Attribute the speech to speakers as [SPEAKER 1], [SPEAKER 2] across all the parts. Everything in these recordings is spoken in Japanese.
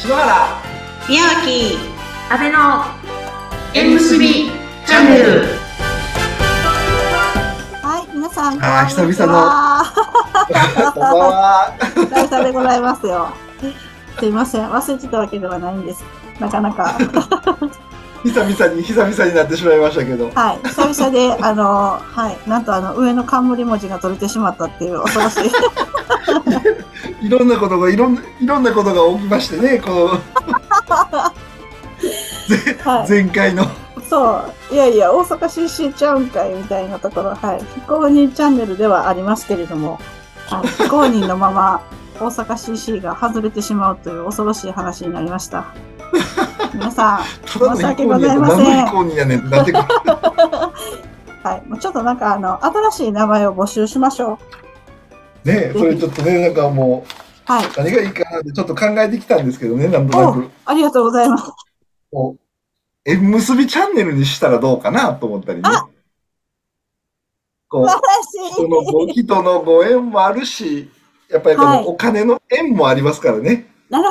[SPEAKER 1] 篠原
[SPEAKER 2] 宮脇
[SPEAKER 3] 阿部の
[SPEAKER 4] 縁結びチャンネル
[SPEAKER 2] はい皆さんこんにち
[SPEAKER 1] あー
[SPEAKER 2] は
[SPEAKER 1] 久こんばんは
[SPEAKER 2] 久々でございますよすいません忘れてたわけではないんですなかなか
[SPEAKER 1] 久々に久々になってしまいましたけど
[SPEAKER 2] はい久々であのはいなんとあの上の冠文字が取れてしまったっていう恐ろしい
[SPEAKER 1] いろんなことがいろんないろんなことが起きましてねこの
[SPEAKER 2] はい
[SPEAKER 1] 前回の
[SPEAKER 2] そういやいや大阪出身ちゃうんかいみたいなところはい非公認チャンネルではありますけれどもあの非公認のまま大阪 CC が外れてしまうという恐ろしい話になりました皆さん
[SPEAKER 1] ただの
[SPEAKER 2] 申
[SPEAKER 1] 非
[SPEAKER 2] し訳
[SPEAKER 1] 公
[SPEAKER 2] ご
[SPEAKER 1] 認
[SPEAKER 2] ざ
[SPEAKER 1] や
[SPEAKER 2] い
[SPEAKER 1] と
[SPEAKER 2] ませ
[SPEAKER 1] 何
[SPEAKER 2] ん
[SPEAKER 1] の非公認やねんってなってくる
[SPEAKER 2] はい、もうちょっとなんかあの新しい名前を募集しましょう。
[SPEAKER 1] ねそれちょっとねなんかもう
[SPEAKER 2] はい、
[SPEAKER 1] 何がいいかなってちょっと考えてきたんですけどねなんとなく
[SPEAKER 2] ありがとうございます。
[SPEAKER 1] こう縁結びチャンネルにしたらどうかなと思ったりね
[SPEAKER 2] あ
[SPEAKER 1] こう
[SPEAKER 2] 素
[SPEAKER 1] 人の
[SPEAKER 2] 晴
[SPEAKER 1] ご
[SPEAKER 2] らしい。
[SPEAKER 1] 人のご縁もあるし、やっぱりこ
[SPEAKER 2] はい
[SPEAKER 1] のお金の縁もありますからね。
[SPEAKER 2] なる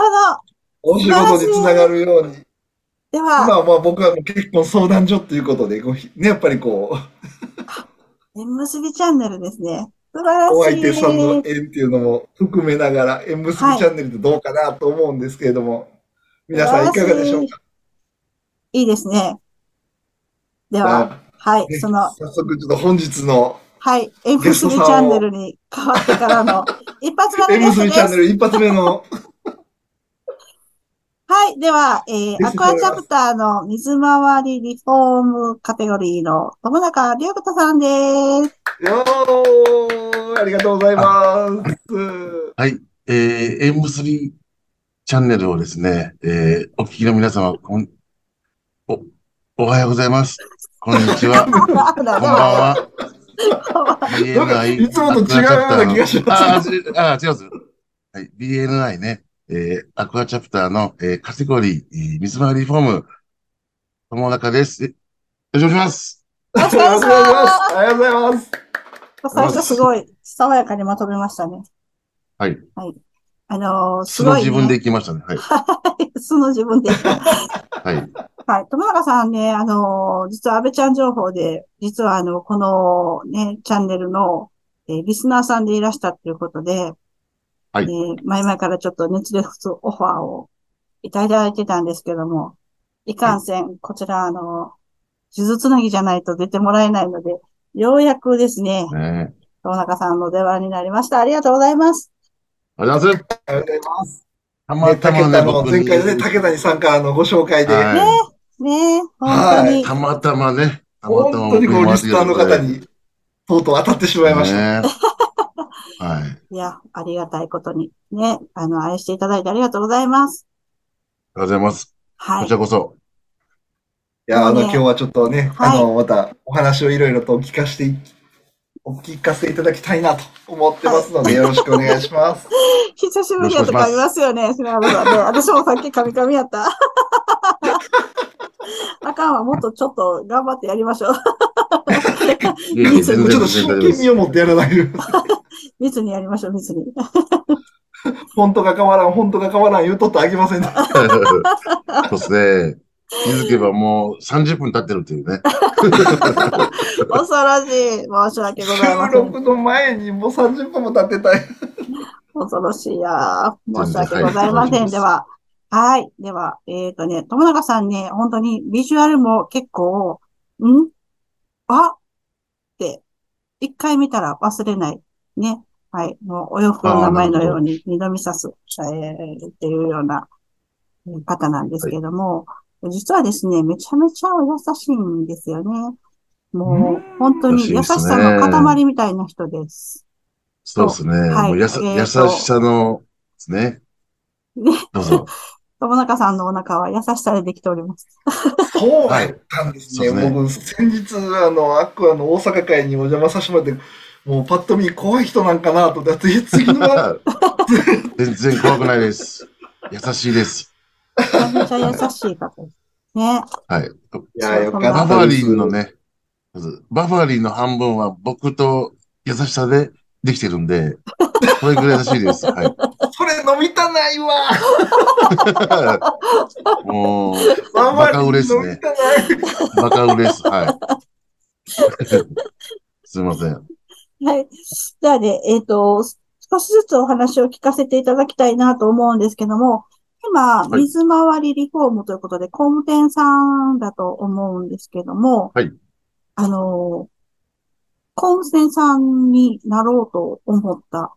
[SPEAKER 2] ほど。
[SPEAKER 1] お仕事につながるように。
[SPEAKER 2] で
[SPEAKER 1] 今
[SPEAKER 2] は、
[SPEAKER 1] はまあ僕はもう結婚相談所っていうことで、ごひね、やっぱりこう、
[SPEAKER 2] 縁結びチャンネルですね。素晴らしい。
[SPEAKER 1] お相手さんの縁っていうのも含めながら、縁結びチャンネルってどうかなと思うんですけれども、皆さんいかがでしょうか
[SPEAKER 2] いいですね。では、
[SPEAKER 1] あ
[SPEAKER 2] はい、
[SPEAKER 1] ね
[SPEAKER 2] その、
[SPEAKER 1] 早速ちょっと本日の
[SPEAKER 2] はい、縁結びチャンネルに変わってからの一発目
[SPEAKER 1] 縁
[SPEAKER 2] のゲ
[SPEAKER 1] 結
[SPEAKER 2] スト
[SPEAKER 1] び
[SPEAKER 2] で
[SPEAKER 1] チャンネ
[SPEAKER 2] す。
[SPEAKER 1] ル一発目の、
[SPEAKER 2] はい、では、えー
[SPEAKER 1] ゲ、
[SPEAKER 2] ア
[SPEAKER 1] ストでご
[SPEAKER 2] ク
[SPEAKER 1] ざい
[SPEAKER 2] ア
[SPEAKER 1] ます
[SPEAKER 2] チャプターの水回りリフォームカテゴリーの友中良太さんです。
[SPEAKER 1] よーありがとうございます。
[SPEAKER 4] はい、えー、縁結びチャンネルをですね、えー、お聞きの皆様、こん、お、おはようございます。こんに ちは。こん
[SPEAKER 2] あで
[SPEAKER 4] ばん
[SPEAKER 2] は
[SPEAKER 4] は。
[SPEAKER 1] なんか
[SPEAKER 4] BNI。
[SPEAKER 1] いつもと違うような気がします
[SPEAKER 4] あーあー、違います。はい、BNI ね、えー、アクアチャプターの、えー、カテゴリー、えー水回りフォーム、友中です。えよろしくお願いします。
[SPEAKER 1] おはようございます。ありがとうございます。
[SPEAKER 2] 最初すごい爽やかにまとめましたね。
[SPEAKER 4] はい。
[SPEAKER 2] はい。あのーす
[SPEAKER 4] 素
[SPEAKER 2] ご
[SPEAKER 4] の
[SPEAKER 2] い、ね。
[SPEAKER 4] 自分で行きましたね。はい。
[SPEAKER 2] 素の自分で。
[SPEAKER 4] はい。
[SPEAKER 2] はい。友中さんね、あのー実は安倍ちゃん情報で、実はあの、このね、チャンネルの、えーリスナーさんでいらしたということで、
[SPEAKER 4] はい
[SPEAKER 2] えー前々からちょっと熱烈オファーをいただいてたんですけども、いかんせん、こちらあのー、数珠つなぎじゃないと出てもらえないので、ようやくですね、
[SPEAKER 4] ねえ
[SPEAKER 2] 友中さんの出番になりました。ありがとうございます。
[SPEAKER 4] ありがとうございます。
[SPEAKER 1] ありがとうございます。
[SPEAKER 4] たまたま
[SPEAKER 1] ね竹
[SPEAKER 4] ね、
[SPEAKER 1] 田の
[SPEAKER 4] 僕
[SPEAKER 1] 前
[SPEAKER 4] に
[SPEAKER 1] 回でね、竹谷さんからのご紹介で、
[SPEAKER 4] はい
[SPEAKER 2] ねえ、本当に。
[SPEAKER 4] たまたまね、たま
[SPEAKER 1] 本
[SPEAKER 4] たま
[SPEAKER 1] 当にこう、リスナーの方に、とうとう当たってしまいました。
[SPEAKER 4] ねはい。
[SPEAKER 2] いや、ありがたいことに。ね、あの、愛していただいてありがとうございます。
[SPEAKER 4] ありがとうございます。こ
[SPEAKER 2] はい
[SPEAKER 4] ちら。こそ。
[SPEAKER 1] いや、あの、
[SPEAKER 2] ね
[SPEAKER 1] 今日はちょっとね、
[SPEAKER 2] はい
[SPEAKER 1] あの、またお話をいろいろとお聞かせてい、お聞かせいただきたいなと思ってますので、よろしくお願いします。
[SPEAKER 2] 久しぶりやと噛みますよね、篠原さんね。私もさっき噛み噛みやった。 あかんわ、もっとちょっと頑張ってやりましょう。
[SPEAKER 4] いえいえ
[SPEAKER 1] ちょ
[SPEAKER 4] 全
[SPEAKER 1] っ
[SPEAKER 4] 然
[SPEAKER 1] と
[SPEAKER 4] 全然
[SPEAKER 1] 真
[SPEAKER 4] 大丈夫
[SPEAKER 1] 剣
[SPEAKER 4] で
[SPEAKER 1] 味
[SPEAKER 4] す。
[SPEAKER 1] を持ってやらないと。
[SPEAKER 2] 密にやりましょう、密に。
[SPEAKER 1] 本当が変わらん、本当が変わらん言うとってあげませんね。
[SPEAKER 4] そうですね。気づけばもう30分経ってるというね。
[SPEAKER 2] 恐ろしい。申し訳ございま
[SPEAKER 1] 収
[SPEAKER 2] せん。
[SPEAKER 1] 録の前にもう30分も経ってたよ。
[SPEAKER 2] 恐ろしいや。申し訳ございませ
[SPEAKER 4] 全
[SPEAKER 2] ん。
[SPEAKER 4] 然
[SPEAKER 2] では、はい。では、えっ、とね、友永さんね、本当にビジュアルも結構、んあって、一回見たら忘れない。ね。はい。もうお洋服の名前のように二度見さす、えーっていうようなえー方なんですけども、実はですね、めちゃめちゃお優しいんですよね。もう、本当に優しさの塊みたいな人です。
[SPEAKER 4] そうですね。
[SPEAKER 2] はい
[SPEAKER 4] もうやさ
[SPEAKER 2] えー
[SPEAKER 4] 優し
[SPEAKER 2] と
[SPEAKER 4] さの、ですね。
[SPEAKER 2] ね
[SPEAKER 4] どうぞ。
[SPEAKER 2] 友中さんのお腹は優しさでできております。
[SPEAKER 1] そうだったんですね。
[SPEAKER 4] はいそう
[SPEAKER 1] 僕、先日、あの、アクアの大阪会にお邪魔させてもらって、もうパッと見怖い人なんかなと思って、次の
[SPEAKER 4] 全然怖くないです。優しいです。
[SPEAKER 2] めちゃめちゃ優しい方です。ね。
[SPEAKER 4] はい。
[SPEAKER 1] いや、よかった
[SPEAKER 4] バ
[SPEAKER 1] です
[SPEAKER 4] ファリンの。ね、まずバファリンの半分は僕と優しさでできてるんで、これぐらい優しいです。はい。
[SPEAKER 1] そこれ飲みたないわ。
[SPEAKER 4] もう、
[SPEAKER 1] あんま
[SPEAKER 4] バカ売れ
[SPEAKER 1] り
[SPEAKER 4] っす
[SPEAKER 1] 飲
[SPEAKER 4] ね
[SPEAKER 1] みたない。
[SPEAKER 4] バカ売れっす。はい。 すいません。
[SPEAKER 2] はい。じゃあね、えっと、少しずつお話を聞かせていただきたいなと思うんですけども、今、
[SPEAKER 4] はい
[SPEAKER 2] 水回りリフォームということで、工務店さんだと思うんですけども、
[SPEAKER 4] はい
[SPEAKER 2] あの、工務店さんになろうと思った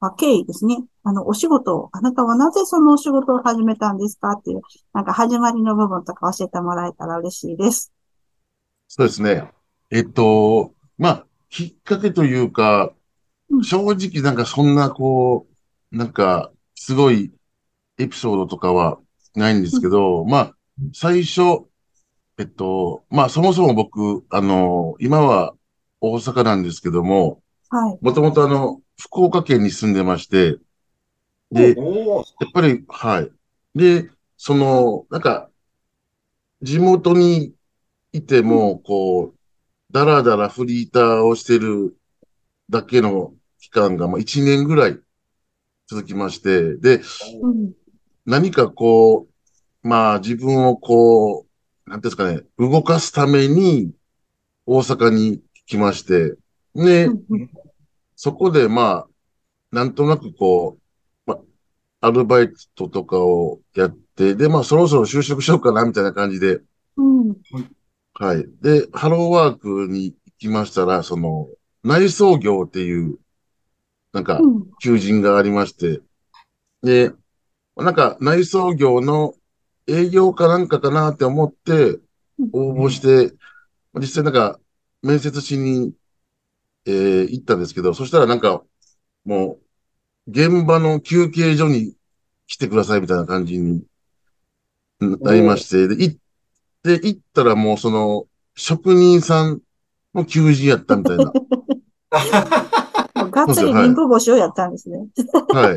[SPEAKER 2] まあ経緯ですね。あの、お仕事を、あなたはなぜそのお仕事を始めたんですかっていう、なんか始まりの部分とか教えてもらえたら嬉しいです。
[SPEAKER 4] そうですね。えっと、まあ、きっかけというか
[SPEAKER 2] うん、
[SPEAKER 4] 正直なんかそんなこう、なんかすごいエピソードとかはないんですけど、まあ、最初、えっと、まあそもそも僕、あの、今は大阪なんですけども、
[SPEAKER 2] はい。
[SPEAKER 4] もともとあの、福岡県に住んでまして、で、
[SPEAKER 1] おー
[SPEAKER 4] やっぱり、はい。で、その、なんか、地元にいても、こう、だらだらフリーターをしてるだけの期間が、まあ、1年ぐらい続きまして、で、
[SPEAKER 2] うん。
[SPEAKER 4] 何かこう、まあ、自分をこう、なんていうんですかね、動かすために、大阪に来まして、ね、
[SPEAKER 2] うんうん
[SPEAKER 4] そこで、まあ、なんとなくこう、まあ、アルバイトとかをやって、で、まあ、そろそろ就職しようかな、みたいな感じで、
[SPEAKER 2] うん。
[SPEAKER 4] はい。で、ハローワークに行きましたら、その、内装業っていう、なんか
[SPEAKER 2] う、ん。
[SPEAKER 4] 求人がありまして、で、なんか、内装業の営業かなんかかなって思って、応募して、実際なんか、面接しに、えー行ったんですけど、そしたらなんか、もう、現場の休憩所に来てくださいみたいな感じにんなりまして、で、行って、行ったらもうその、職人さんの求人やったみたいな。
[SPEAKER 2] もうがっつり民放募集をやったんですね。
[SPEAKER 4] はい。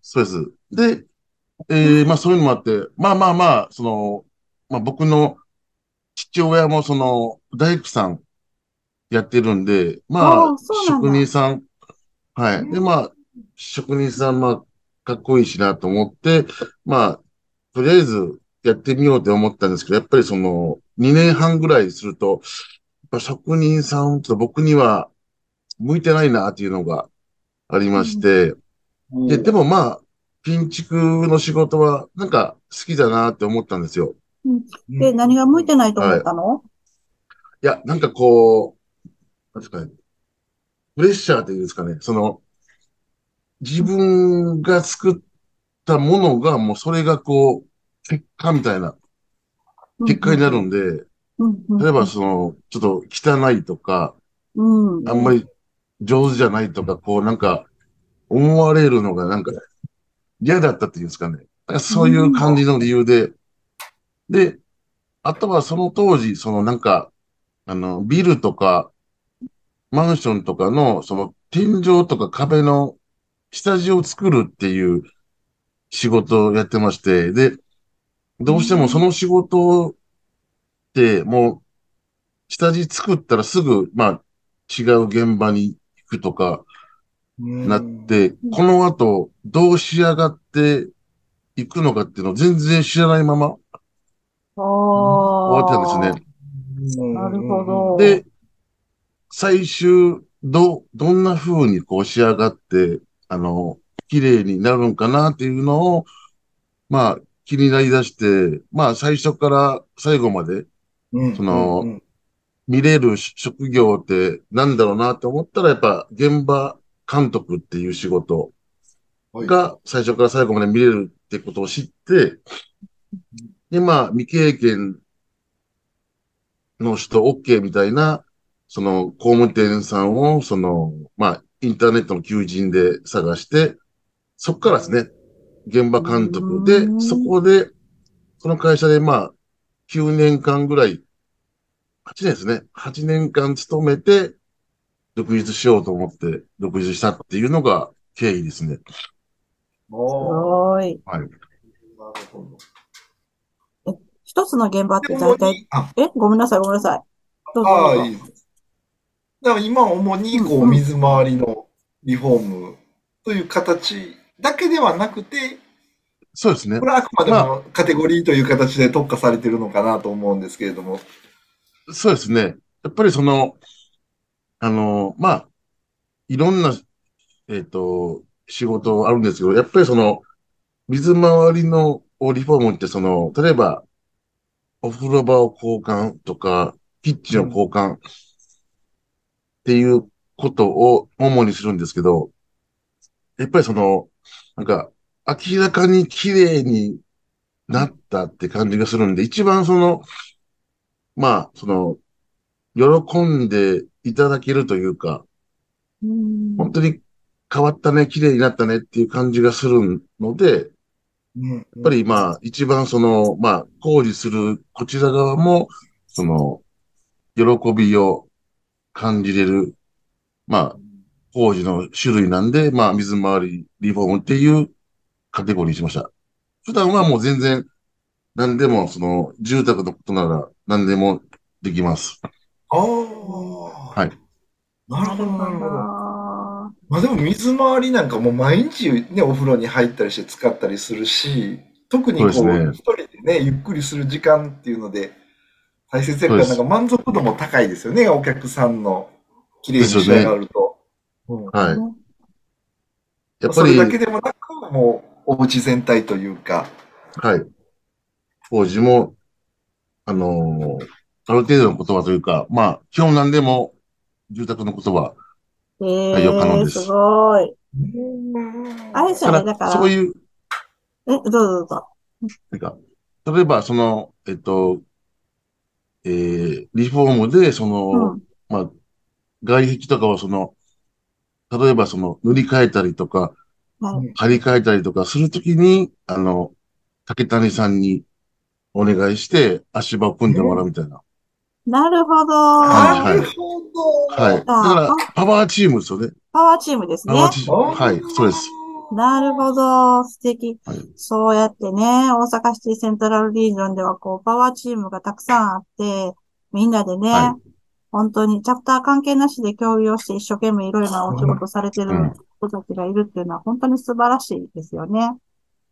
[SPEAKER 4] そうです。で、えーまあそういうのもあって、まあまあまあ、その、まあ僕の父親もその、大工さんやってるんで、ま
[SPEAKER 2] あ
[SPEAKER 4] あ
[SPEAKER 2] あ、そうなんだ
[SPEAKER 4] 職人さん、はい。で、まあ、職人さん、まあ、かっこいいしなと思って、まあ、とりあえずやってみようって思ったんですけど、やっぱりその、2年半ぐらいすると、やっぱ職人さん、ちょっと僕には向いてないなっていうのがありまして、で、でもまあ、建築の仕事は、なんか好きだなって思ったんですよ。
[SPEAKER 2] で、何が向いてないと思ったの
[SPEAKER 4] いや、なんかこう、なんですかね、プレッシャーというんですかね、その、自分が作ったものが、もうそれがこう、結果みたいな、結果になるんで、
[SPEAKER 2] うんうん
[SPEAKER 4] 例えばその、ちょっと汚いとか、
[SPEAKER 2] うん。
[SPEAKER 4] あんまり上手じゃないとか、こうなんか、思われるのがなんか嫌だったっていうんですかね。なんかそういう感じの理由で。で、あとはその当時、そのなんか、あの、ビルとか、マンションとかの、その天井とか壁の下地を作るっていう仕事をやってまして、で、どうしてもその仕事って、もう、下地作ったらすぐ、まあ、違う現場に行くとかなって、この後どう仕上がっていくのかっていうのを全然知らないまま終わったんですね。
[SPEAKER 1] うん
[SPEAKER 2] なるほど。
[SPEAKER 4] で、最終、ど、どんな風にこう仕上がって、あの、綺麗になるのかなっていうのを、まあ、気になりだして、まあ、最初から最後まで
[SPEAKER 1] うん
[SPEAKER 4] その
[SPEAKER 1] うん
[SPEAKER 4] 見れる職業ってなんだろうなって思ったら、やっぱ現場監督っていう仕事
[SPEAKER 1] はい
[SPEAKER 4] が最初から最後まで見れるってことを知って、で、まあ、未経験の人 OK みたいな、その、工務店さんを、その、まあ、インターネットの求人で探して、そこからですね、現場監督で
[SPEAKER 2] うーん、
[SPEAKER 4] そこで、その会社で、まあ、9年間ぐらい、8年ですね、8年間勤めて、独立しようと思って、独立したっていうのが経緯ですね。
[SPEAKER 2] す
[SPEAKER 1] おー
[SPEAKER 2] ごい。
[SPEAKER 4] は
[SPEAKER 1] な
[SPEAKER 4] い。
[SPEAKER 1] るほど
[SPEAKER 2] 一つの現場って大体、
[SPEAKER 1] あ
[SPEAKER 2] え、ごめんなさい、ごめんなさい。どうぞ
[SPEAKER 1] あ
[SPEAKER 2] どうぞ
[SPEAKER 1] あ、いいです。だから今、主にこう水回りのリフォームという形だけではなくて、
[SPEAKER 4] そうですね
[SPEAKER 1] こ。れはあくまでもカテゴリーという形で特化されてるのかなと思うんですけれども。
[SPEAKER 4] そうですね。やっぱりその、あの、まあ、いろんな、えっ、と、仕事あるんですけど、やっぱりその、水回りのリフォームってその、例えば、お風呂場を交換とか、キッチンを交換っていうことを主にするんですけど、やっぱりその、なんか、明らかに綺麗になったって感じがするんで、一番その、まあ、その、喜んでいただけるというか、
[SPEAKER 2] うん
[SPEAKER 4] 本当に変わったね、綺麗になったねっていう感じがするので、やっ
[SPEAKER 1] やっ
[SPEAKER 4] ぱ、りまあ、一番その、まあ、工事するこちら側も、その、喜びを感じれる、まあ、工事の種類なんで、まあ、水回り、リフォームっていうカテゴリーにしました。普段はもう全然、何でも、その、住宅のことなら何でもできます。
[SPEAKER 1] ああ。
[SPEAKER 4] はい。
[SPEAKER 1] なるほど、なるほど。
[SPEAKER 2] あ
[SPEAKER 1] まあでも水回りなんかもう毎日ね、お風呂に入ったりして使ったりするし、特にこう、
[SPEAKER 4] そうですね
[SPEAKER 1] 一人でね、ゆっくりする時間っていうので、大切やから、
[SPEAKER 4] そう
[SPEAKER 1] な
[SPEAKER 4] で
[SPEAKER 1] んか
[SPEAKER 4] す
[SPEAKER 1] 満足度も高いですよね、お客さんの綺麗に仕上がると。うんま
[SPEAKER 4] はい。
[SPEAKER 2] ー
[SPEAKER 4] や
[SPEAKER 1] あ
[SPEAKER 4] っぱ
[SPEAKER 1] そ
[SPEAKER 4] り、
[SPEAKER 1] れだけでもなく、もう、お家全体というか。
[SPEAKER 4] はい。工事も、あのーある程度の言葉というか、まあ、基本何でも住宅の言葉。
[SPEAKER 2] え
[SPEAKER 4] はいよく頼ん
[SPEAKER 2] ー、
[SPEAKER 4] です
[SPEAKER 2] すごい。あれですよね、だから、
[SPEAKER 4] そういう、
[SPEAKER 2] え、どうぞどうぞ。
[SPEAKER 4] なんか、例えば、その、えっと、えー、リフォームで、その、
[SPEAKER 2] うん。
[SPEAKER 4] まあ、外壁とかをその、例えばその、塗り替えたりとか、
[SPEAKER 2] はい。
[SPEAKER 4] 張り替えたりとかするときに、あの、竹谷さんにお願いして足場を組んでもらうみたいな。
[SPEAKER 2] なるほど。
[SPEAKER 4] はい
[SPEAKER 1] なるほど。
[SPEAKER 4] はい。だから、パワーチームですよね。
[SPEAKER 2] パワーチームです
[SPEAKER 4] パ
[SPEAKER 2] ね。
[SPEAKER 4] ワーチーム。
[SPEAKER 1] あー
[SPEAKER 4] はい、そうです。。
[SPEAKER 2] なるほど。素敵
[SPEAKER 4] はい。
[SPEAKER 2] そうやってね、大阪シティセントラルリージョンでは、こう、パワーチームがたくさんあって、みんなでね、
[SPEAKER 4] はい
[SPEAKER 2] 本当にチャプター関係なしで共有をして、一生懸命いろいろなお仕事されてる
[SPEAKER 4] うん
[SPEAKER 2] 人たちがいるっていうのは、本当に素晴らしいですよね。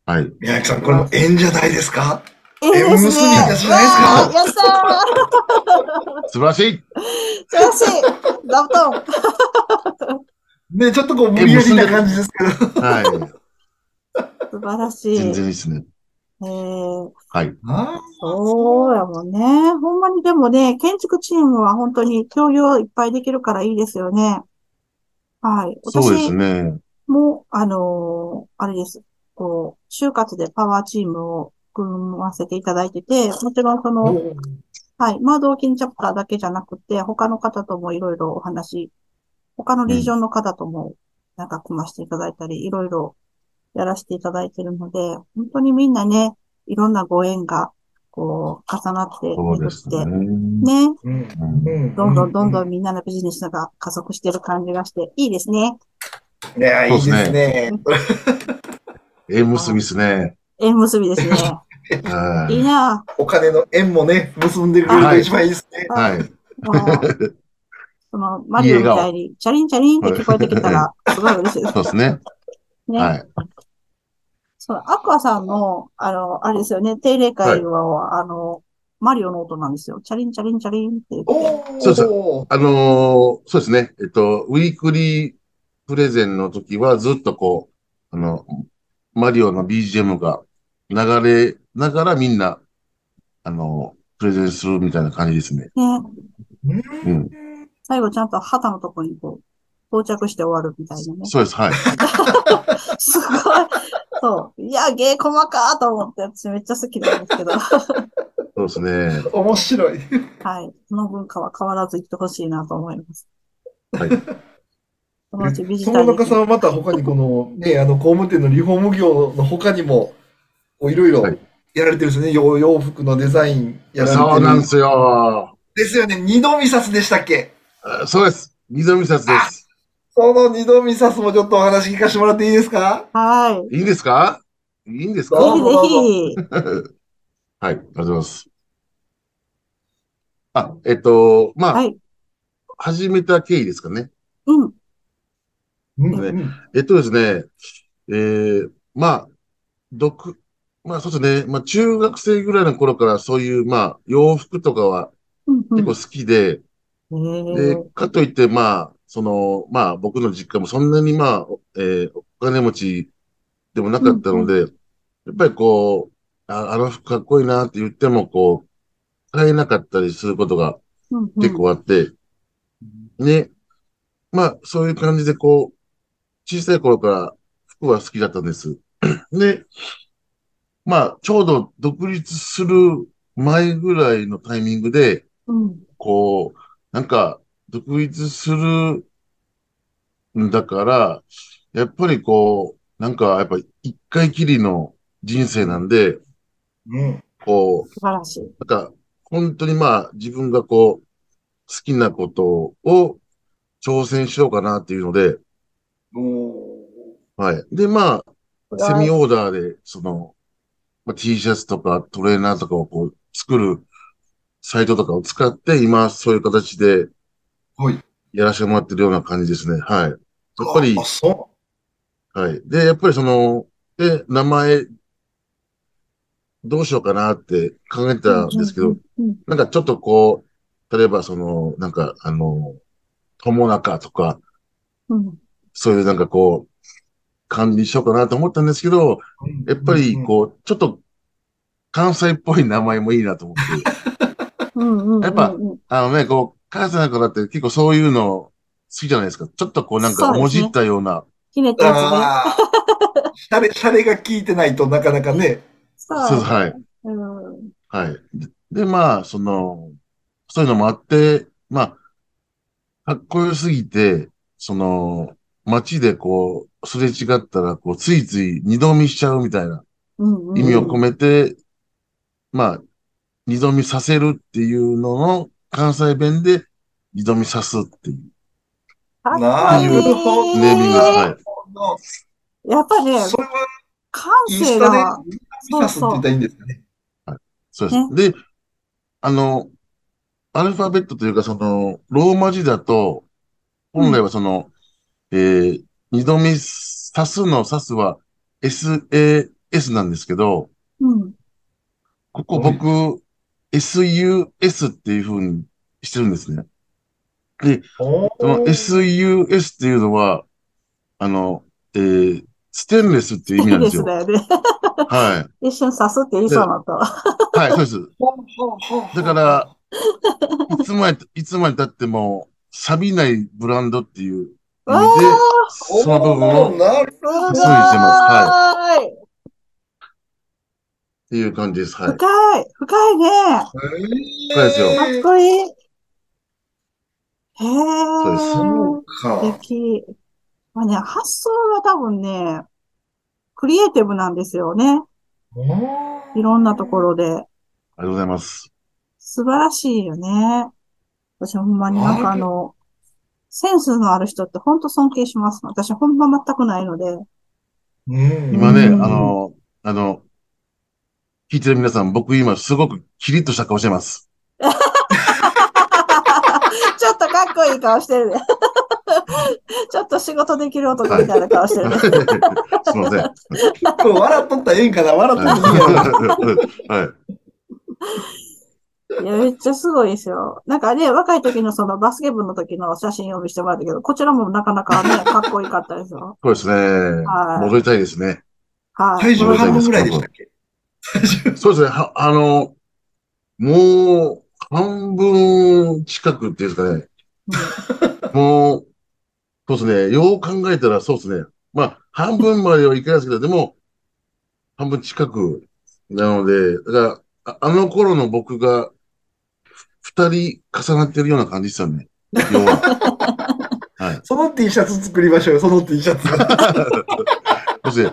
[SPEAKER 4] はい。
[SPEAKER 1] 宮城さん、これも縁じゃないですか
[SPEAKER 2] ええ
[SPEAKER 1] 縁
[SPEAKER 2] です
[SPEAKER 1] 結び
[SPEAKER 2] ね。
[SPEAKER 1] たちじゃない
[SPEAKER 2] わあやったー
[SPEAKER 4] 素晴らしい
[SPEAKER 2] 素晴らしい座布団
[SPEAKER 1] ね、ちょっとこう、無理やりな感じですけど。
[SPEAKER 4] は
[SPEAKER 2] 素晴らし
[SPEAKER 4] い。
[SPEAKER 2] い。
[SPEAKER 4] 全
[SPEAKER 2] え
[SPEAKER 4] 然いいですね。
[SPEAKER 2] ー
[SPEAKER 4] はい。
[SPEAKER 1] あ
[SPEAKER 2] そうやもんね。ほんまにでもね、建築チームは本当に共有をいっぱいできるからいいですよね。はい。
[SPEAKER 4] そうです
[SPEAKER 2] 私
[SPEAKER 4] ね。
[SPEAKER 2] も、あのーあれです。こう、就活でパワーチームを組ませていただいてて、もちろんそ
[SPEAKER 1] あ。
[SPEAKER 2] の、はい。まあ、同金チャプターだけじゃなくて、他の方ともいろいろお話、他のリージョンの方とも、なんか組ませていただいたり、いろいろやらせていただいてるので、本当にみんなね、いろんなご縁が、こう、重なって
[SPEAKER 4] そう
[SPEAKER 2] 巡
[SPEAKER 4] で
[SPEAKER 2] っ
[SPEAKER 4] すね。
[SPEAKER 2] て、
[SPEAKER 4] うん
[SPEAKER 2] ね、
[SPEAKER 1] うん
[SPEAKER 2] どんどんどん
[SPEAKER 1] ん。
[SPEAKER 2] どんみんなのビジネスが加速してる感じがして、いいですね。
[SPEAKER 1] ね、いい
[SPEAKER 4] そう
[SPEAKER 1] で
[SPEAKER 4] ですす
[SPEAKER 1] ね。
[SPEAKER 4] 縁結びですね。
[SPEAKER 2] 縁結 びですね。
[SPEAKER 4] はい
[SPEAKER 2] い
[SPEAKER 4] い。
[SPEAKER 2] な
[SPEAKER 1] お金の縁もね、結んでくれると一番いいですね。
[SPEAKER 2] ぁ。
[SPEAKER 4] はい。
[SPEAKER 2] も う、その、マリオみたいに、チャリンチャリンって聞こえてきたら、すごい嬉しいです
[SPEAKER 4] そうですね。
[SPEAKER 2] ね。
[SPEAKER 4] はい。
[SPEAKER 2] そう、アクアさんの、あの、あれですよね、定例会は、あの、マリオの音なんですよ。チャリンチャリンチャリンって言って。
[SPEAKER 1] お
[SPEAKER 4] そうそ
[SPEAKER 1] お。
[SPEAKER 4] あのーそうですね。えっと、ウィークリープレゼンの時はずっとこう、あの、マリオの BGM が流れながらみんな、あの、プレゼンするみたいな感じですね。
[SPEAKER 2] ね、
[SPEAKER 4] うん。
[SPEAKER 2] 最後ちゃんと旗のとこにこう、到着して終わるみたいなね。
[SPEAKER 4] そうです。はい。
[SPEAKER 2] すごい。そう。いや、芸細かーと思って、私めっちゃ好きなんですけど。
[SPEAKER 4] そうですね。
[SPEAKER 1] 面白い。
[SPEAKER 2] はい。その文化は変わらず行ってほしいなと思います。
[SPEAKER 4] はい。
[SPEAKER 2] そのうちビジタ
[SPEAKER 1] 友
[SPEAKER 2] ー
[SPEAKER 1] 中さんはまた他にこの、ね、あの、工務店のリフォーム業の他にも、こういろいろ
[SPEAKER 4] はい
[SPEAKER 1] やられてるんですね。洋洋服のデザインやられてる。
[SPEAKER 4] そうなんですよ。
[SPEAKER 1] ですよね。二度見さすでしたっけ
[SPEAKER 4] あそうです。溝見札です。
[SPEAKER 1] その二度見さすもちょっとお話聞かせてもらっていいですか
[SPEAKER 2] はい。ぜ
[SPEAKER 4] いいんですかいいんですか
[SPEAKER 1] どうぞ
[SPEAKER 2] ひぜひ。
[SPEAKER 4] はい、ありがとうございます。あ、えっと、まあ、
[SPEAKER 2] はい。
[SPEAKER 4] 始めた経緯ですかね。
[SPEAKER 2] うん。
[SPEAKER 1] うん
[SPEAKER 4] うんえっとですね、えー、まあ、独、まあそうですね、まあ中学生ぐらいの頃からそういう、まあ洋服とかは
[SPEAKER 2] うんう
[SPEAKER 4] 結
[SPEAKER 2] ん
[SPEAKER 4] 構好きで、
[SPEAKER 2] へ
[SPEAKER 4] で
[SPEAKER 2] え、
[SPEAKER 4] かといって、まあ、その、まあ僕の実家もそんなにまあ、おえーお金持ちでもなかったので、やっぱりこう、ああの服かっこいいなって言ってもこう、買えなかったりすることが
[SPEAKER 2] うんうん
[SPEAKER 4] 結構あって、ね、まあ、そういう感じで、こう、小さい頃から服は好きだったん です。で、まあ、ちょうど独立する前ぐらいのタイミングで、
[SPEAKER 2] うん
[SPEAKER 4] こう、なんか、独立するんだから、やっぱりこう、なんか、やっぱ一回きりの人生なんで、
[SPEAKER 1] うん。
[SPEAKER 4] こう、
[SPEAKER 2] 素晴らしい。
[SPEAKER 4] なんか、本当にまあ、自分がこう、好きなことを挑戦しようかなっていうので、
[SPEAKER 1] も
[SPEAKER 4] はい。で、ま
[SPEAKER 2] こ
[SPEAKER 4] あ、
[SPEAKER 2] れは
[SPEAKER 4] セミオーダーで、その、まあ、T シャツとかトレーナーとかをこう、作るサイトとかを使って、今、そういう形で
[SPEAKER 1] はい、
[SPEAKER 4] やらせてもらってるような感じですね。はい。やっ
[SPEAKER 1] う
[SPEAKER 4] ぱり
[SPEAKER 1] あ、、そ
[SPEAKER 4] はい。で、やっぱりその、で、名前、どうしようかなって考えたんですけど、
[SPEAKER 2] うんうん
[SPEAKER 4] なんかちょっとこう、例えばその、なんかあの、友中とか、
[SPEAKER 2] うん
[SPEAKER 4] そういうなんかこう、管理しようかなと思ったんですけど、
[SPEAKER 1] う。
[SPEAKER 4] やっぱりこう、ちょっと関西っぽい名前もいいなと思って、
[SPEAKER 2] うんうんうんうん
[SPEAKER 4] やっぱあのね、こう、関西の方って結構そういうの好きじゃないですか。ちょっとこうなんか
[SPEAKER 2] そう
[SPEAKER 4] も
[SPEAKER 2] ですね
[SPEAKER 4] じったような、
[SPEAKER 2] ひねっ
[SPEAKER 1] うん、
[SPEAKER 2] たや
[SPEAKER 1] ああ、シャレ、シャレが効いてないとなかなかね。
[SPEAKER 2] つね。
[SPEAKER 4] そう
[SPEAKER 2] そう。
[SPEAKER 4] はい。
[SPEAKER 2] うん
[SPEAKER 4] はい。で、でまあ、その、そういうのもあって、まあ、かっこよすぎて、その、街でこう、すれ違ったら、こう、ついつい二度見しちゃうみたいな
[SPEAKER 2] うんうん
[SPEAKER 4] 意味を込めて、まあ、二度見させるっていうのの関西弁で、二度見さすっていう
[SPEAKER 2] かっこ
[SPEAKER 1] な
[SPEAKER 2] る
[SPEAKER 1] る
[SPEAKER 2] ほ
[SPEAKER 1] ほ
[SPEAKER 2] ど
[SPEAKER 1] ど。
[SPEAKER 4] ネーミングです。はい。
[SPEAKER 2] やっぱね、
[SPEAKER 1] それは
[SPEAKER 2] 感
[SPEAKER 1] インス
[SPEAKER 2] 性
[SPEAKER 1] タで
[SPEAKER 2] が、
[SPEAKER 1] 見さすって言ったらいいんですかね。
[SPEAKER 4] そうです。で、あの、アルファベットというか、その、ローマ字だと、本来はその、えー二度見さすのさすは SAS なんですけど、
[SPEAKER 2] うん。
[SPEAKER 4] ここ僕、SUS っていう風にしてるんですね。
[SPEAKER 1] お
[SPEAKER 4] その
[SPEAKER 1] ー
[SPEAKER 4] SUS っていうのは、あの、えーステンレスっていう意味
[SPEAKER 2] い
[SPEAKER 4] ないんで
[SPEAKER 2] ですす
[SPEAKER 4] よ。
[SPEAKER 2] だよね。
[SPEAKER 4] は
[SPEAKER 2] 一瞬刺すって言いそうになったわ。
[SPEAKER 4] い。はい、そうです。
[SPEAKER 1] ほうほうほうほう
[SPEAKER 4] だから、いつまで、いつまで経っても、錆びないブランドっていう意
[SPEAKER 2] わ
[SPEAKER 4] 味で、
[SPEAKER 1] おー
[SPEAKER 4] その部分を、っ
[SPEAKER 1] なる
[SPEAKER 2] すご
[SPEAKER 4] そうしてま
[SPEAKER 2] ーい。
[SPEAKER 4] ていう感じです。はい。
[SPEAKER 2] 深い、深いね。
[SPEAKER 1] ほ
[SPEAKER 4] そうですよ
[SPEAKER 2] かっこいい。へえ。
[SPEAKER 4] うです
[SPEAKER 1] そう
[SPEAKER 2] 素
[SPEAKER 1] か。
[SPEAKER 2] 敵。まあね、発想が多分ね、クリエイティブなんですよね。いろんなところで。
[SPEAKER 4] ありがとうございます。
[SPEAKER 2] 素晴らしいよね。私ほんまになんかあの、センスのある人ってほんと尊敬します。私ほんま全くないので。
[SPEAKER 1] うん
[SPEAKER 4] 今ね、あ
[SPEAKER 2] うん
[SPEAKER 4] の、あの、聞いてる皆さん、僕今すごくキリッとした顔してます。
[SPEAKER 2] ちょっとかっこいい顔してるね。 ちょっと仕事できる男みたいな顔して
[SPEAKER 4] すい
[SPEAKER 2] る
[SPEAKER 4] ま
[SPEAKER 2] ね。
[SPEAKER 4] せん。
[SPEAKER 1] これ笑っとったらええんかな笑っとったらいいんかな
[SPEAKER 4] はい
[SPEAKER 2] や、めっちゃすごいですよ。なんかね、若い時のそのバスケ部の時の写真を見せてもらったけど、こちらもなかなかね、かっこよかったですよ。
[SPEAKER 4] い。そうですね
[SPEAKER 2] は。い
[SPEAKER 4] 戻りたいですね。
[SPEAKER 2] はい。
[SPEAKER 1] 体重半分ぐらいでしたっけ
[SPEAKER 4] そうですね。はあの、もう、半分近くっていうんですかね。もう、そうですね。よう考えたらそうですね。まあ、半分まではいかないですけど、でも、半分近くなので、だから、ああの頃の僕が、ふ二人重なってるような感じですよね。要は。
[SPEAKER 1] その T シャツ作りましょうよ、その T シャツ。
[SPEAKER 4] そうですね。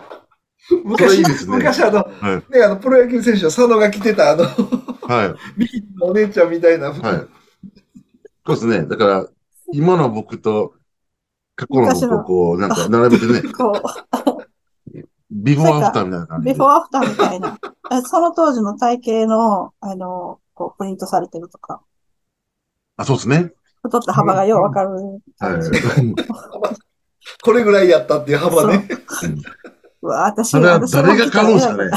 [SPEAKER 1] 昔、
[SPEAKER 4] いいですね
[SPEAKER 1] 昔あの、
[SPEAKER 4] はい。
[SPEAKER 1] ね、あの、プロ野球選手の佐野が着てた、あの、
[SPEAKER 4] はい。
[SPEAKER 1] ビキニのお姉ちゃんみたいな服。
[SPEAKER 4] はい。そうですね。だから、今の僕と、過去の僕をこう、なんか並べて ね、
[SPEAKER 2] こう、
[SPEAKER 4] ビフォーアフターみたいな感じ
[SPEAKER 2] ビ
[SPEAKER 4] で
[SPEAKER 2] フォ。ーアフターみたいな。えその当時の体型の、あの、こう、プリントされてるとか、
[SPEAKER 4] あ、そうですね。
[SPEAKER 2] 太った幅がようわかる
[SPEAKER 4] はい。
[SPEAKER 2] 感じ。
[SPEAKER 1] これぐらいやったっていう幅ね。
[SPEAKER 4] うん
[SPEAKER 2] うわ私、
[SPEAKER 4] それは
[SPEAKER 2] 私も
[SPEAKER 4] 誰が買うんです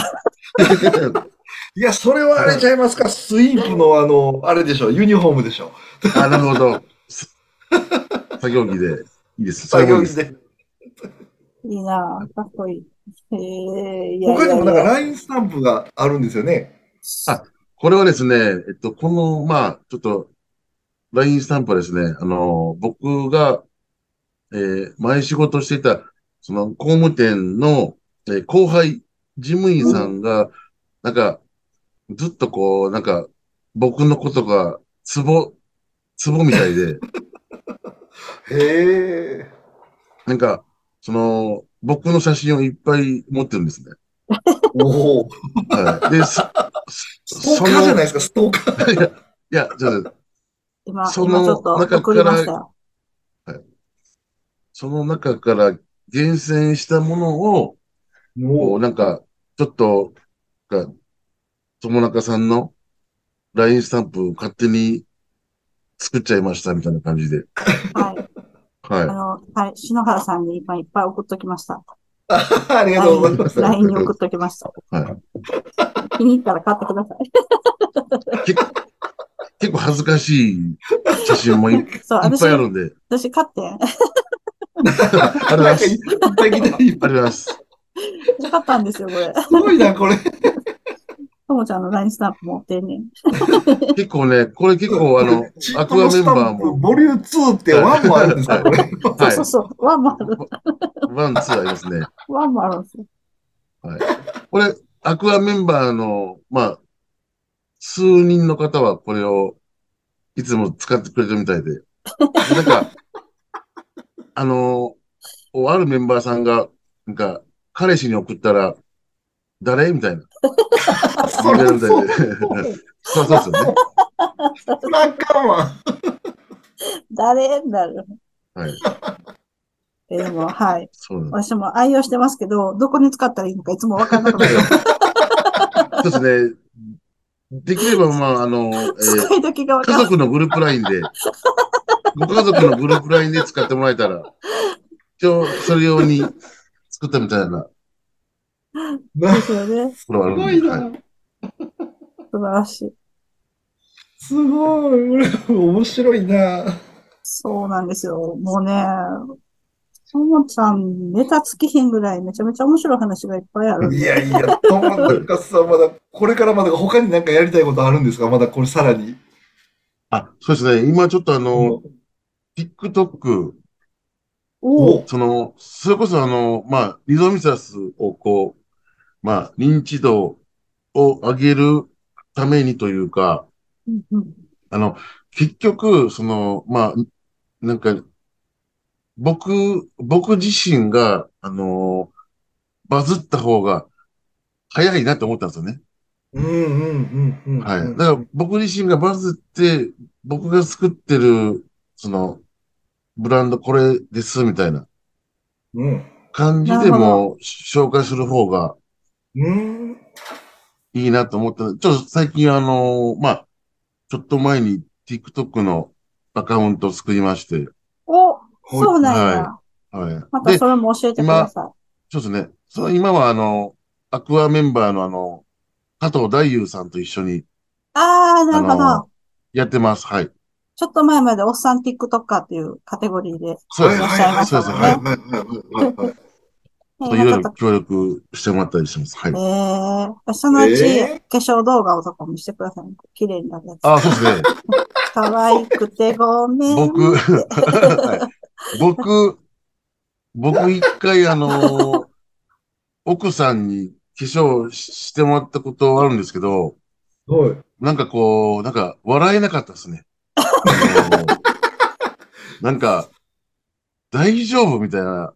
[SPEAKER 2] 聞いたら嫌だ
[SPEAKER 4] かね。
[SPEAKER 1] いや、それはあれちゃいますか、スイープのあの、あれでしょ、ユニフォームでしょ。
[SPEAKER 4] あ、なるほど。作業着でいいです。
[SPEAKER 1] 作業
[SPEAKER 4] そ
[SPEAKER 1] 着
[SPEAKER 4] れもいいです。
[SPEAKER 1] で。
[SPEAKER 2] いいなぁ、かっこいい。へえ、いやい
[SPEAKER 1] 他
[SPEAKER 2] や
[SPEAKER 1] にも
[SPEAKER 2] い
[SPEAKER 1] なんか
[SPEAKER 2] や。
[SPEAKER 1] ラインスタンプがあるんですよね。
[SPEAKER 4] あこれはですね、えっと、この、まあ、ちょっと、ラインスタンプはですね、あの、僕が、えー前仕事していた、その、工務店の、えー後輩、事務員さんが、なんか、ずっとこう、なんか、僕のことが、ツボ、ツボみたいで、
[SPEAKER 1] へえ。
[SPEAKER 4] なんか、その、僕の写真をいっぱい持ってるんですね。
[SPEAKER 1] おお。
[SPEAKER 4] はい。で、そ、
[SPEAKER 1] スト
[SPEAKER 4] そ
[SPEAKER 1] ーカーじゃない
[SPEAKER 4] の、
[SPEAKER 1] ですか、ストーカー。
[SPEAKER 4] いや、いや、ちょっと、
[SPEAKER 2] 今、
[SPEAKER 4] その
[SPEAKER 2] 今ちょっと
[SPEAKER 4] 中
[SPEAKER 2] 送りましたよ。
[SPEAKER 4] その中から厳選したものを、こ
[SPEAKER 1] も
[SPEAKER 4] う、なんか、ちょっと、なんか、友中さんの LINE スタンプを勝手に作っちゃいましたみたいな感じで。
[SPEAKER 2] はい。あ
[SPEAKER 4] は
[SPEAKER 2] の、はい。篠原さんに今いっぱい送っとき ました。
[SPEAKER 1] う、ありがとうございます。
[SPEAKER 4] はい
[SPEAKER 2] LINE に送っときました。
[SPEAKER 4] い。は
[SPEAKER 2] 気に入ったら買ってください。
[SPEAKER 4] い。結構、結構恥ずかしい写真もいいっ
[SPEAKER 2] そう、私
[SPEAKER 4] ぱい、あるんで。
[SPEAKER 2] 私買ってん。
[SPEAKER 4] ありがとうござ
[SPEAKER 1] な
[SPEAKER 4] いま
[SPEAKER 1] んか
[SPEAKER 4] す。あ
[SPEAKER 1] い
[SPEAKER 4] り
[SPEAKER 1] っぱい来てる
[SPEAKER 4] がとうございます。
[SPEAKER 2] 私買ったんですよ、これ。
[SPEAKER 1] すごいな、これ。
[SPEAKER 2] ともちゃんの LINE スタンプ持ってんねん。
[SPEAKER 4] 結構ね、これ結構あの、アクアメンバーも。
[SPEAKER 1] ボリューム2って1もあるんですか、これ。
[SPEAKER 2] そう
[SPEAKER 4] はい
[SPEAKER 2] そう。そう。ワンもある。
[SPEAKER 4] ワン、ツーありますね。
[SPEAKER 2] ワンもあるんですよ。
[SPEAKER 4] これ、アクアメンバーの、まあ、数人の方はこれをいつも使ってくれてるみたいで。なんか、 あの、あるメンバーさんが、なんか、彼氏に送ったら、誰みたいな。
[SPEAKER 1] それ
[SPEAKER 4] みたい
[SPEAKER 1] そう。
[SPEAKER 4] で。 そうそうですよね。
[SPEAKER 1] なんかは。
[SPEAKER 2] 誰になる。
[SPEAKER 4] はい。
[SPEAKER 2] えでも、はい。
[SPEAKER 4] そうなんで
[SPEAKER 2] 私も愛用してますけど、どこに使ったらいいのかいつもわかんなくなる。
[SPEAKER 4] す。そうですね。できれば、まあ、あ の、えー
[SPEAKER 2] 使い時がわか
[SPEAKER 4] 家
[SPEAKER 2] んない。
[SPEAKER 4] 族のグループラインで、ご家族のグループラインで使ってもらえたら、今日、それ用に作ったみたいな
[SPEAKER 1] な
[SPEAKER 2] ですよね。
[SPEAKER 4] ところは
[SPEAKER 1] す
[SPEAKER 4] あるんで
[SPEAKER 1] ごい
[SPEAKER 4] はい
[SPEAKER 1] な。
[SPEAKER 2] 素晴らしい。
[SPEAKER 1] すごい。俺面白いな。
[SPEAKER 2] そうなんですよ。もうね、ともちゃん、ネタ尽きひんぐらいめちゃめちゃ面白い話がいっぱいある。
[SPEAKER 1] いやいや、友中さん、まだ、これからまだ他になんかやりたいことあるんですかまだこれさらに。
[SPEAKER 4] あ、そうですね。今ちょっとあの、TikTok、
[SPEAKER 2] お
[SPEAKER 1] お
[SPEAKER 4] その、それこそあの、まあ、リゾミサスをこう、まあ、認知度を上げるためにというか、
[SPEAKER 2] うんうん
[SPEAKER 4] あの、結局、その、まあ、なんか、僕、僕自身が、あの、バズった方が早いなと思ったんですよね。
[SPEAKER 1] うんうんうんうん。
[SPEAKER 4] はい。だから僕自身がバズって、僕が作ってる、その、ブランドこれです、みたいな
[SPEAKER 1] うん。
[SPEAKER 4] 感じ
[SPEAKER 2] な
[SPEAKER 4] で
[SPEAKER 2] るほど
[SPEAKER 4] も紹介する方が
[SPEAKER 1] うん。
[SPEAKER 4] いいなと思ったので。ちょっと最近あの、まあ、ちょっと前に TikTok のアカウントを作りまして、
[SPEAKER 2] おそうなんや。
[SPEAKER 4] ははい。
[SPEAKER 2] ま
[SPEAKER 4] で
[SPEAKER 2] たそれも教えてください。
[SPEAKER 4] そうですね。その今はあの、アクアメンバーのあの、加藤大優さんと一緒に、
[SPEAKER 2] ああ、な
[SPEAKER 4] あ
[SPEAKER 2] るほど
[SPEAKER 4] の。、やってます。はい。
[SPEAKER 2] ちょっと前までおっさん TikToker っていうカテゴリーで。
[SPEAKER 4] そうです
[SPEAKER 2] は
[SPEAKER 4] ね。
[SPEAKER 2] いらっしゃいました
[SPEAKER 4] そう
[SPEAKER 2] ね
[SPEAKER 4] ですね。は
[SPEAKER 1] はいはいはいはい
[SPEAKER 4] い。ち
[SPEAKER 1] はいはい。
[SPEAKER 4] ょ
[SPEAKER 2] え
[SPEAKER 4] っといろい
[SPEAKER 2] な
[SPEAKER 4] ろ
[SPEAKER 2] んか
[SPEAKER 4] 協力してもらったりしてます。はい
[SPEAKER 2] え。ーそのうち
[SPEAKER 1] え
[SPEAKER 2] 化粧動画をとかもしてください。綺麗になるやつ。
[SPEAKER 4] あ、そうですね。
[SPEAKER 2] 可愛くてごめん。
[SPEAKER 4] 僕、 はい僕、僕一回あの、奥さんに化粧ししてもらったことあるんですけど、
[SPEAKER 1] はい。
[SPEAKER 4] なんかこう、なんか笑えなかったですね。 あのなんか、大丈夫みたいな。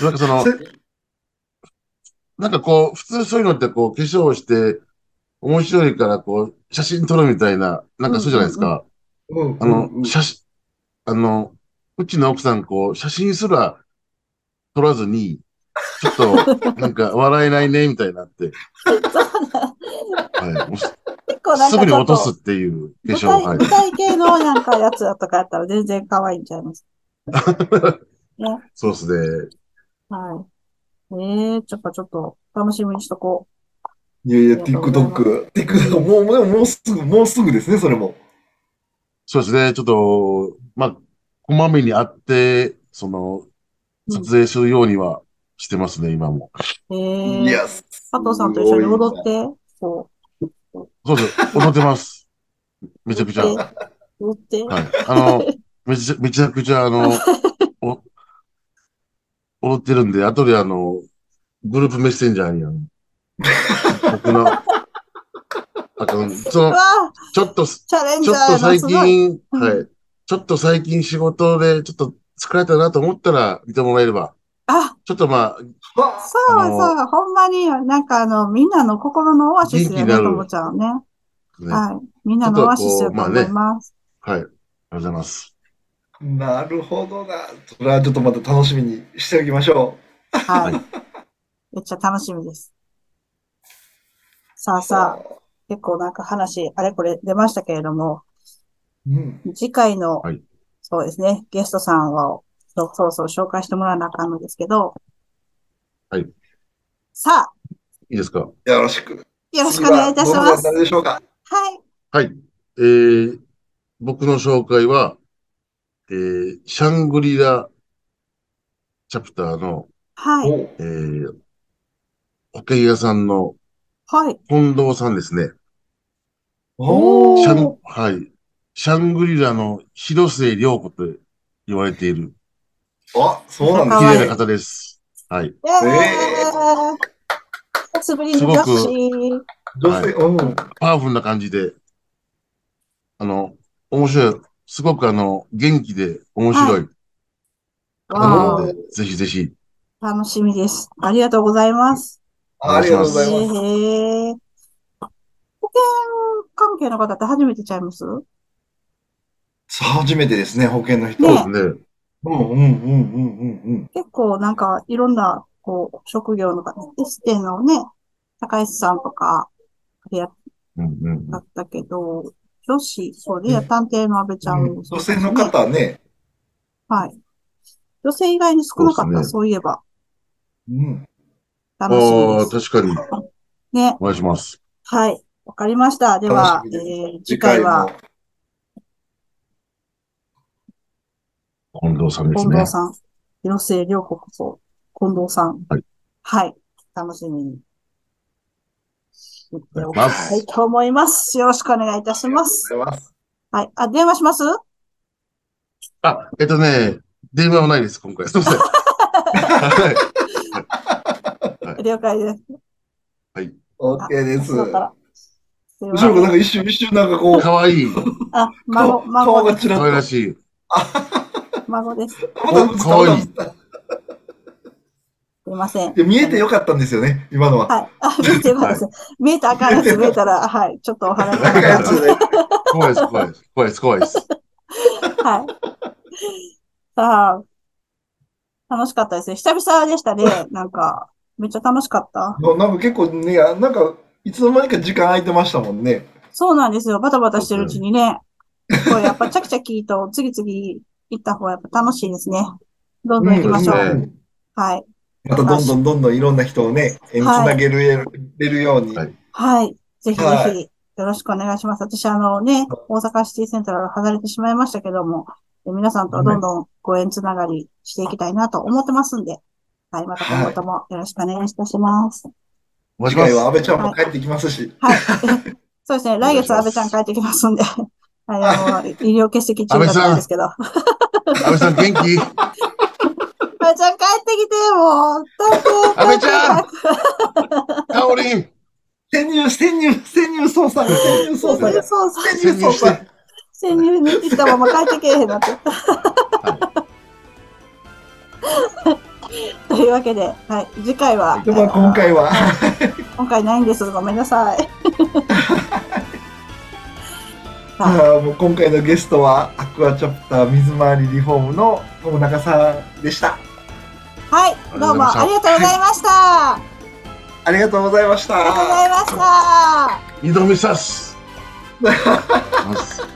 [SPEAKER 4] なんかその、なんかこう、普通そういうのってこう、化粧をして、面白いからこう、写真撮るみたいな、なんかそうじゃないですか。
[SPEAKER 1] うん
[SPEAKER 4] あ
[SPEAKER 1] うんうん
[SPEAKER 4] の、写真、あの、うちの奥さんこう、写真すら撮らずに、ちょっ と、なんか笑えないね、みたいになって。はい。もうす
[SPEAKER 2] 結構なん
[SPEAKER 4] す
[SPEAKER 2] か
[SPEAKER 4] ぐに
[SPEAKER 2] ちょ
[SPEAKER 4] 落
[SPEAKER 2] っと
[SPEAKER 4] とすっていう化
[SPEAKER 2] 舞
[SPEAKER 4] 粧、は
[SPEAKER 2] 台、
[SPEAKER 4] い
[SPEAKER 2] 舞。台系のなんかやつとかやったら全然可愛いんちゃいます。
[SPEAKER 4] そうですね。
[SPEAKER 2] はい。ええちょっとちょっと、楽しみにしとこ
[SPEAKER 1] いやいや、
[SPEAKER 2] ありがとうございます
[SPEAKER 1] TikTok。TikTok、もう、もうもうすぐ、もうすぐですね、それも。
[SPEAKER 4] そうですね。ちょっと、まあ、こまめに会って、その、
[SPEAKER 2] う
[SPEAKER 4] 撮
[SPEAKER 2] ん
[SPEAKER 4] 影するようにはしてますね、今も。
[SPEAKER 2] う。え
[SPEAKER 1] い
[SPEAKER 2] え
[SPEAKER 1] や、す
[SPEAKER 2] 佐藤さんと一緒に
[SPEAKER 1] ごいな
[SPEAKER 2] 踊って、そ
[SPEAKER 4] そうです。踊ってます。めちゃくちゃ。
[SPEAKER 2] え
[SPEAKER 4] はい。
[SPEAKER 2] う、踊って。
[SPEAKER 4] あの、めちゃめちゃくちゃ、あの、お踊ってるんで、後であの、グループメッセンジャーに、あの、僕の、あと、そうの
[SPEAKER 2] わ、あ
[SPEAKER 4] ちょっと、ち
[SPEAKER 2] チャレンジ
[SPEAKER 4] ょ
[SPEAKER 2] ャ
[SPEAKER 4] っと
[SPEAKER 2] ーの
[SPEAKER 4] 最
[SPEAKER 2] すごい。
[SPEAKER 4] 近、
[SPEAKER 2] うん
[SPEAKER 4] はい。ちょっと最近仕事で、ちょっと疲れたなと思ったら、見てもらえれば。
[SPEAKER 2] あ、
[SPEAKER 4] ちょっとまあ、
[SPEAKER 1] わあ
[SPEAKER 2] そう
[SPEAKER 4] あの
[SPEAKER 2] そう、ほんまに、なんかあの、みんなの心のオアシスや
[SPEAKER 4] 元気にな
[SPEAKER 2] ね、
[SPEAKER 4] る
[SPEAKER 2] ともちゃんね。
[SPEAKER 4] ね、はい。あ
[SPEAKER 2] はい。みんなのオアシスやと思います。
[SPEAKER 4] りがとうございます。
[SPEAKER 1] なるほどな。それはちょっとまた楽しみにしておきましょ
[SPEAKER 4] ね
[SPEAKER 2] はい。めっちゃ楽しみです。さあ
[SPEAKER 1] う。
[SPEAKER 2] さあ、結構なんか話、あれこれ出ましたけれども、
[SPEAKER 1] うん。
[SPEAKER 2] 次回の、
[SPEAKER 4] はい
[SPEAKER 2] そうですね、ゲストさんを、そうそうそう紹介してもらわなあかんのですけど、
[SPEAKER 4] はい。
[SPEAKER 2] さあ、
[SPEAKER 4] いいですか
[SPEAKER 1] よろしく。よ
[SPEAKER 2] よろしくお願いいたします。
[SPEAKER 1] 何でしょうか。
[SPEAKER 2] はい。
[SPEAKER 4] はい。えー、僕の紹介は、えー、シャングリラチャプターの、
[SPEAKER 2] はい。
[SPEAKER 1] おう
[SPEAKER 4] えー、保険屋さんの
[SPEAKER 2] はい。
[SPEAKER 4] 近藤さんですね。
[SPEAKER 1] お
[SPEAKER 4] シャ
[SPEAKER 1] ー
[SPEAKER 4] ン、はい。シャングリラの広末涼子と言われている、
[SPEAKER 1] あ、そうなん
[SPEAKER 4] 綺
[SPEAKER 1] ですね。
[SPEAKER 4] 麗な方です。はい。
[SPEAKER 2] えー、久しぶりに
[SPEAKER 4] すごく
[SPEAKER 2] 女子。
[SPEAKER 1] 女性、うん。
[SPEAKER 4] パワフルな感じで、あの、面白い、すごくあの、元気で面白い方なの
[SPEAKER 2] わ
[SPEAKER 4] で、ぜひぜひ、
[SPEAKER 2] あ、楽しみです。ありがとうございます。
[SPEAKER 1] ありがとうございます。
[SPEAKER 2] へえ。保険関係の方って初めてちゃいます
[SPEAKER 1] さあ初めてですね、保険の人。
[SPEAKER 2] ね
[SPEAKER 4] そうですね。
[SPEAKER 1] うんうんうんうんうん
[SPEAKER 2] 結構なんかいろんな、こう、職業の方、エステのね、高橋さんとか、やっ
[SPEAKER 4] うんうん
[SPEAKER 2] だったけど、女子、そうね、探偵の安倍ちゃん
[SPEAKER 1] うん。
[SPEAKER 2] もそう
[SPEAKER 1] 女
[SPEAKER 2] です
[SPEAKER 1] 性
[SPEAKER 2] ね
[SPEAKER 1] の。方ね。
[SPEAKER 2] はい。女性以外に少なかっ
[SPEAKER 4] そう
[SPEAKER 2] た、
[SPEAKER 4] ですね
[SPEAKER 2] そういえば。
[SPEAKER 1] うん。
[SPEAKER 2] 楽しみ
[SPEAKER 4] あ
[SPEAKER 2] で
[SPEAKER 4] あ、
[SPEAKER 2] す。
[SPEAKER 4] 確かに。
[SPEAKER 2] ね。
[SPEAKER 4] お願いします。
[SPEAKER 2] はい。わかりました。では、
[SPEAKER 1] 楽しみ
[SPEAKER 2] え
[SPEAKER 1] です
[SPEAKER 2] ー次回は、
[SPEAKER 1] も。
[SPEAKER 4] 近藤さんです
[SPEAKER 2] 近
[SPEAKER 4] ね。
[SPEAKER 2] 藤さん。広末涼子こそ、近藤さん。
[SPEAKER 4] はい。
[SPEAKER 2] はい。楽しみに。しておき
[SPEAKER 4] お願い
[SPEAKER 2] た
[SPEAKER 4] します
[SPEAKER 2] いと思います。よろしくお願いいたします。
[SPEAKER 1] ありがとうございます。
[SPEAKER 2] はい。あ、電話します
[SPEAKER 4] あ、えっとね、電話はないです、今回。すいませ ん。はいはい
[SPEAKER 2] 了解です。
[SPEAKER 4] はい。
[SPEAKER 1] OK です。
[SPEAKER 2] だから。すいま
[SPEAKER 1] 後
[SPEAKER 2] せ
[SPEAKER 1] ろがなん
[SPEAKER 2] ん。
[SPEAKER 1] か一瞬一瞬なんかこう、
[SPEAKER 4] かわいい、
[SPEAKER 2] あ、孫、
[SPEAKER 1] 顔
[SPEAKER 2] 孫
[SPEAKER 1] 顔が
[SPEAKER 2] です。
[SPEAKER 1] ちら
[SPEAKER 4] かわいら
[SPEAKER 1] っ
[SPEAKER 4] しい。
[SPEAKER 2] 孫です。す
[SPEAKER 1] と。また映った
[SPEAKER 4] かわいい
[SPEAKER 1] また映っ
[SPEAKER 2] いません。
[SPEAKER 1] たいや見えてよかったんですよね、今のは。
[SPEAKER 2] はい。あ、見えてます。見えたらあかんやつ、見えたら、はい。ちょっとお話
[SPEAKER 1] なんかやつで
[SPEAKER 4] 怖いです、怖いです。怖いです、怖いです。
[SPEAKER 2] はい。さあ、楽しかったですね。久々でしたね。なんか、めっちゃ楽しかった。
[SPEAKER 1] なんか結構ね、あなんか、いつの間にか時間空いてましたもんね。
[SPEAKER 2] そうなんですよ。バタバタしてるうちにね。これやっぱチャキチャキと次々行った方がやっぱ楽しいですね。どんどん行きましょう。
[SPEAKER 4] うんうん
[SPEAKER 2] はい。
[SPEAKER 1] またどんどんどんどんいろんな人をね、つなげれるように。
[SPEAKER 4] はい
[SPEAKER 2] はい。ぜひぜ
[SPEAKER 1] は
[SPEAKER 2] ひ、よろしくお願いします。私、あのね、大阪シティセントラル離れてしまいましたけども、え皆さんとはどんどんご縁つながりしていきたいなと思ってますんで、はい。また今後ともよろしくお願いいたします。
[SPEAKER 4] お願い
[SPEAKER 1] 次回
[SPEAKER 4] します。
[SPEAKER 1] は安倍ちゃんも帰ってきますし。
[SPEAKER 2] はい。そうですね。来月、
[SPEAKER 4] お願
[SPEAKER 2] 安
[SPEAKER 4] いしま
[SPEAKER 2] 倍
[SPEAKER 4] す
[SPEAKER 2] ちゃん帰ってきます んで、あの、医療欠席中だっ
[SPEAKER 4] 安倍
[SPEAKER 2] た
[SPEAKER 4] さ
[SPEAKER 2] ん
[SPEAKER 4] ん
[SPEAKER 2] ですけど。安
[SPEAKER 4] 安倍さん、元気
[SPEAKER 2] 倍ちゃん帰ってきて、もう、だって、
[SPEAKER 4] 安倍ちゃん タオリン
[SPEAKER 1] 潜入、潜入、潜入捜査、潜入
[SPEAKER 2] 潜
[SPEAKER 1] 捜査
[SPEAKER 2] 入
[SPEAKER 1] が。
[SPEAKER 2] 捜査、
[SPEAKER 1] 潜入捜査。
[SPEAKER 2] 潜入に行ったまま帰ってけえへんなって。というわけで、はい、次回は、
[SPEAKER 1] で、まあ今回は、
[SPEAKER 2] 今回ないんです。ごめんなさい。は
[SPEAKER 1] あーもう今回のゲストは、アクアチャプター水回りリフォームの友中さんでした。
[SPEAKER 2] はい、どうもありがとうございました。あ
[SPEAKER 1] ありがとうございまし
[SPEAKER 2] りがとうござ
[SPEAKER 1] た。
[SPEAKER 2] いました。
[SPEAKER 4] 二度見さす。ます